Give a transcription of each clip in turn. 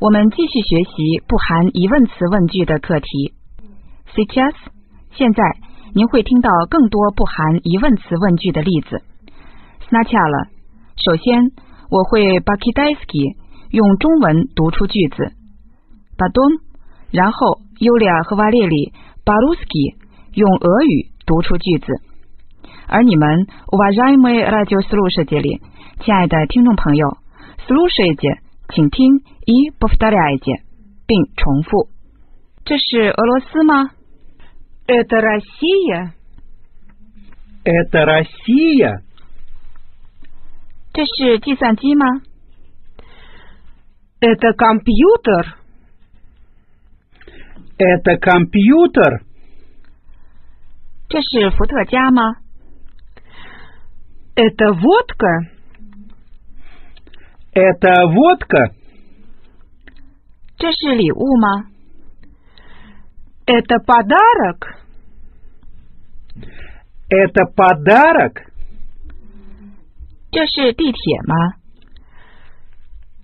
我们继续学习不含疑问词问句的课题。Сейчас，现在您会听到更多不含疑问词问句的例子。Сначала，首先我会把 Китайский 用中文读出句子。Потом，然后 Юлия 和 Валерий по русски 用俄语读出句子。而你们，Уважаемые радиослушатели，亲爱的听众朋友。Слушайте，请听一 повторяйте，并重复。这是俄罗斯吗？Это Россия。 Это Россия。这是计算机吗？Это компьютер。 Это компьютер。这是伏特加吗？Это водка。 Это водка. 这是礼物吗？Это подарок. Это подарок. 这是地铁吗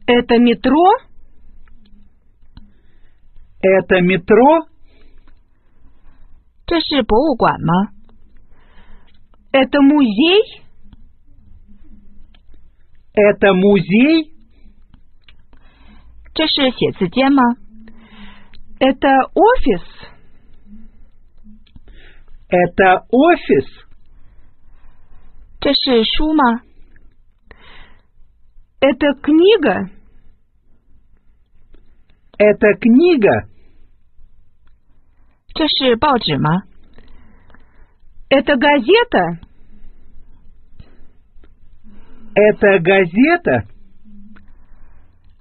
？Это метро. Это метро. 这是博物馆吗？Это музей. Это музей? 这是写字间吗？Это офис. Это офис. 这是书吗？Это книга. Это книга. 这是报纸吗？Это газета. Это газета.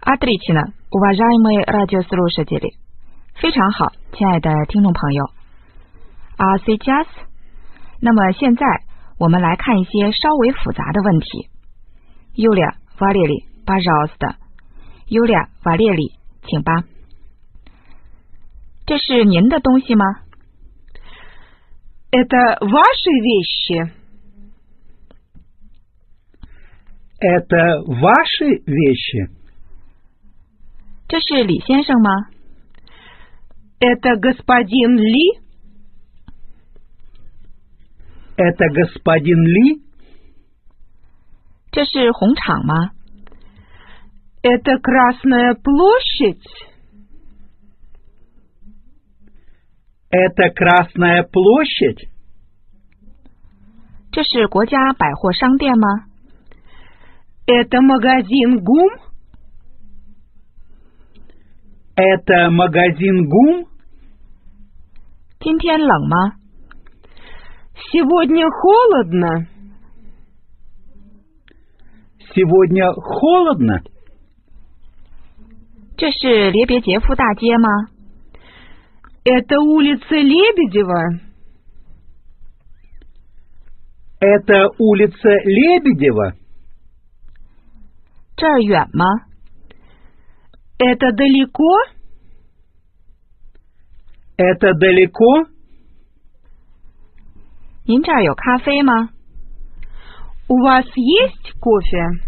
Отлично, уважаемые радиослушатели. 非常好，亲爱的听众朋友。А сейчас，那么现在我们来看一些稍微复杂的问题。Юлия, Валерий, пожалуйста. Юлия, Валерий，请吧。这是您的东西吗？Это ваши вещи. Это ваши вещи? 这是李先生吗？Это господин Ли? Это господин Ли? 这是红场吗？Это Красная площадь? Это Красная площадь? 这是国家百货商店吗？ это магазин ГУМ? Это магазин ГУМ? 今天冷吗？Сегодня холодно. Сегодня холодно. 这是列别杰夫大街吗？Это улица Лебедева. Это улица Лебедева. 这儿远吗？Это далеко? Это далеко? 您这儿有咖啡吗？У вас есть кофе?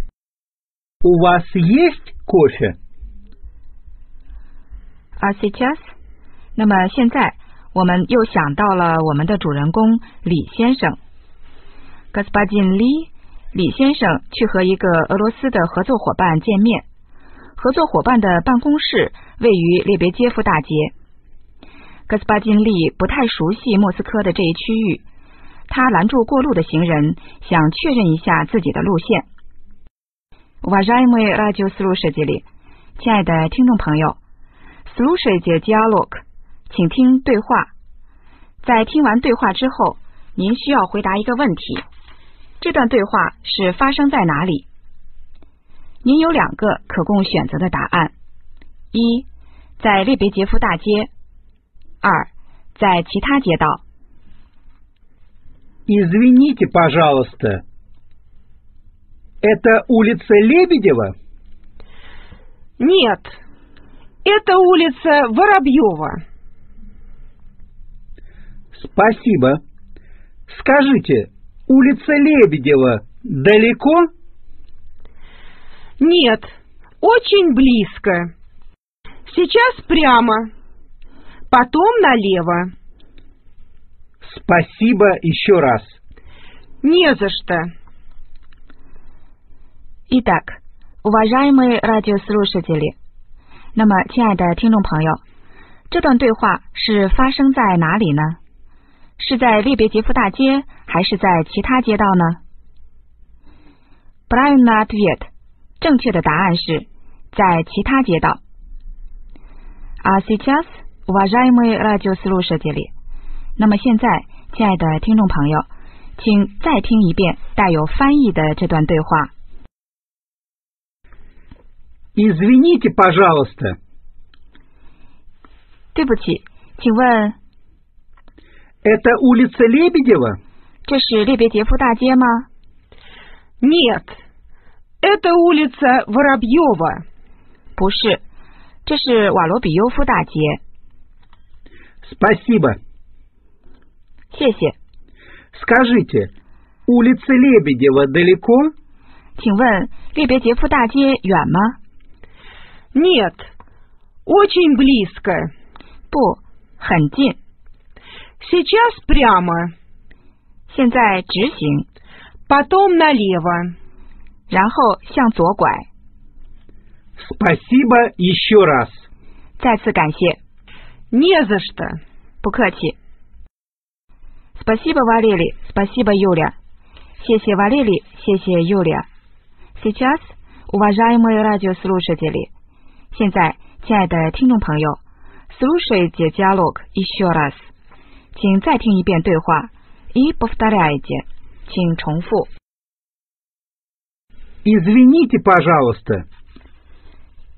У вас есть кофе? А сейчас? 那么现在我们又想到了我们的主人公李先生，Господин Ли。李先生去和一个俄罗斯的合作伙伴见面，合作伙伴的办公室位于列别杰夫大街。格斯巴金利不太熟悉莫斯科的这一区域，他拦住过路的行人，想确认一下自己的路线。Уважаемые радиослушатели，亲爱的听众朋友，Слушайте диалог，请听对话。在听完对话之后，您需要回答一个问题。这段对话是发生在哪里？您有两个可供选择的答案：一，在列别杰夫大街；二，在其他街道； Извините, пожалуйста. Это улица Лебедева? Нет, это улица Воробьева. Спасибо. Скажите, улица Лебедева далеко? Нет, очень близко. Сейчас прямо, потом налево. Спасибо еще раз. Не за что. Итак, уважаемые радиослушатели，那么，亲爱的听众朋友，这段对话是发生在哪里呢？是在列别杰夫大街，还是在其他街道呢？Правильный ответ，正确的答案是在其他街道。А сейчас, уважаемые радиослушатели，那么现在，亲爱的听众朋友，请再听一遍带有翻译的这段对话。 Извините, пожалуйста. 对不起，请问 Это улица Лебедева? 这是列别杰夫大街吗？ Нет, это улица Воробьева. 不是，这是瓦罗比尤夫大街。 Спасибо. 谢谢， Скажите, улица Лебедева далеко? 请问列别杰夫大街远吗？ Нет, очень близко. 不，很近。 Сейчас прямо, 现在直行， потом налево. 然后向左拐。 Спасибо еще раз. 再次感谢， Не за что. 不客气。Спасибо, Валерий. Спасибо, Юля. 谢谢 Валерий，谢谢 Юля。Сейчас, уважаемые радиослушатели，现在，亲爱的听众朋友，слушайте диалог еще раз，请再听一遍对话。И повторяйте，请重复。 Извините, пожалуйста.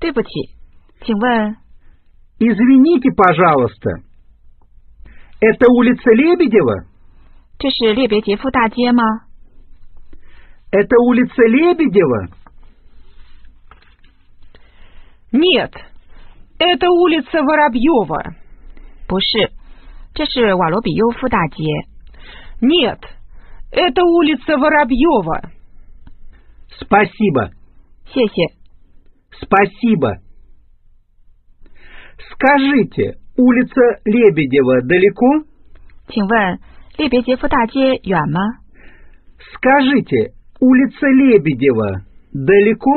对不起，请问 Извините, пожалуйста. Это улица Лебедева? 这是列别杰夫大街吗？ Это улица Лебедева? Нет, это улица Воробьева. 不是，这是瓦罗比尤夫大街。 Нет, это улица Воробьева. Спасибо. 谢谢， Спасибо. Скажите, улица Лебедева далеко? 请问列别杰夫大街远吗？ Скажите, улица Лебедева далеко?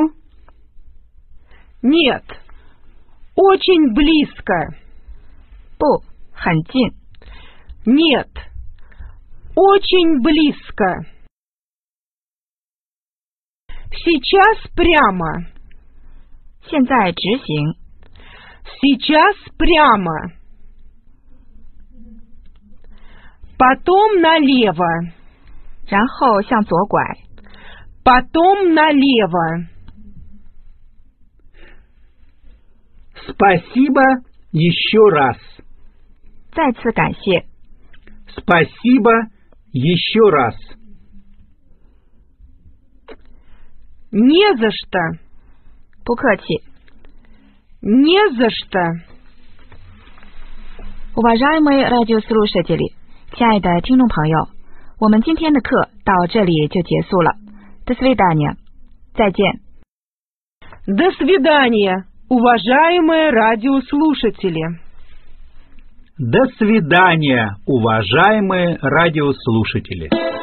Нет, очень близко. 不，很近。 Нет, очень близко. Сейчас прямо, 现在直行， сейчас прямо. Потом налево, 然后向左拐。 потом налево. Спасибо еще раз. 再次感谢， Спасибо еще раз. Не за что, 不客气。 не за что. Уважаемые радиослушатели，亲爱的听众朋友，我们今天的课到这里就结束了。До свидания，再见。 До свидания, уважаемые радиослушатели. До свидания, уважаемые радиослушатели.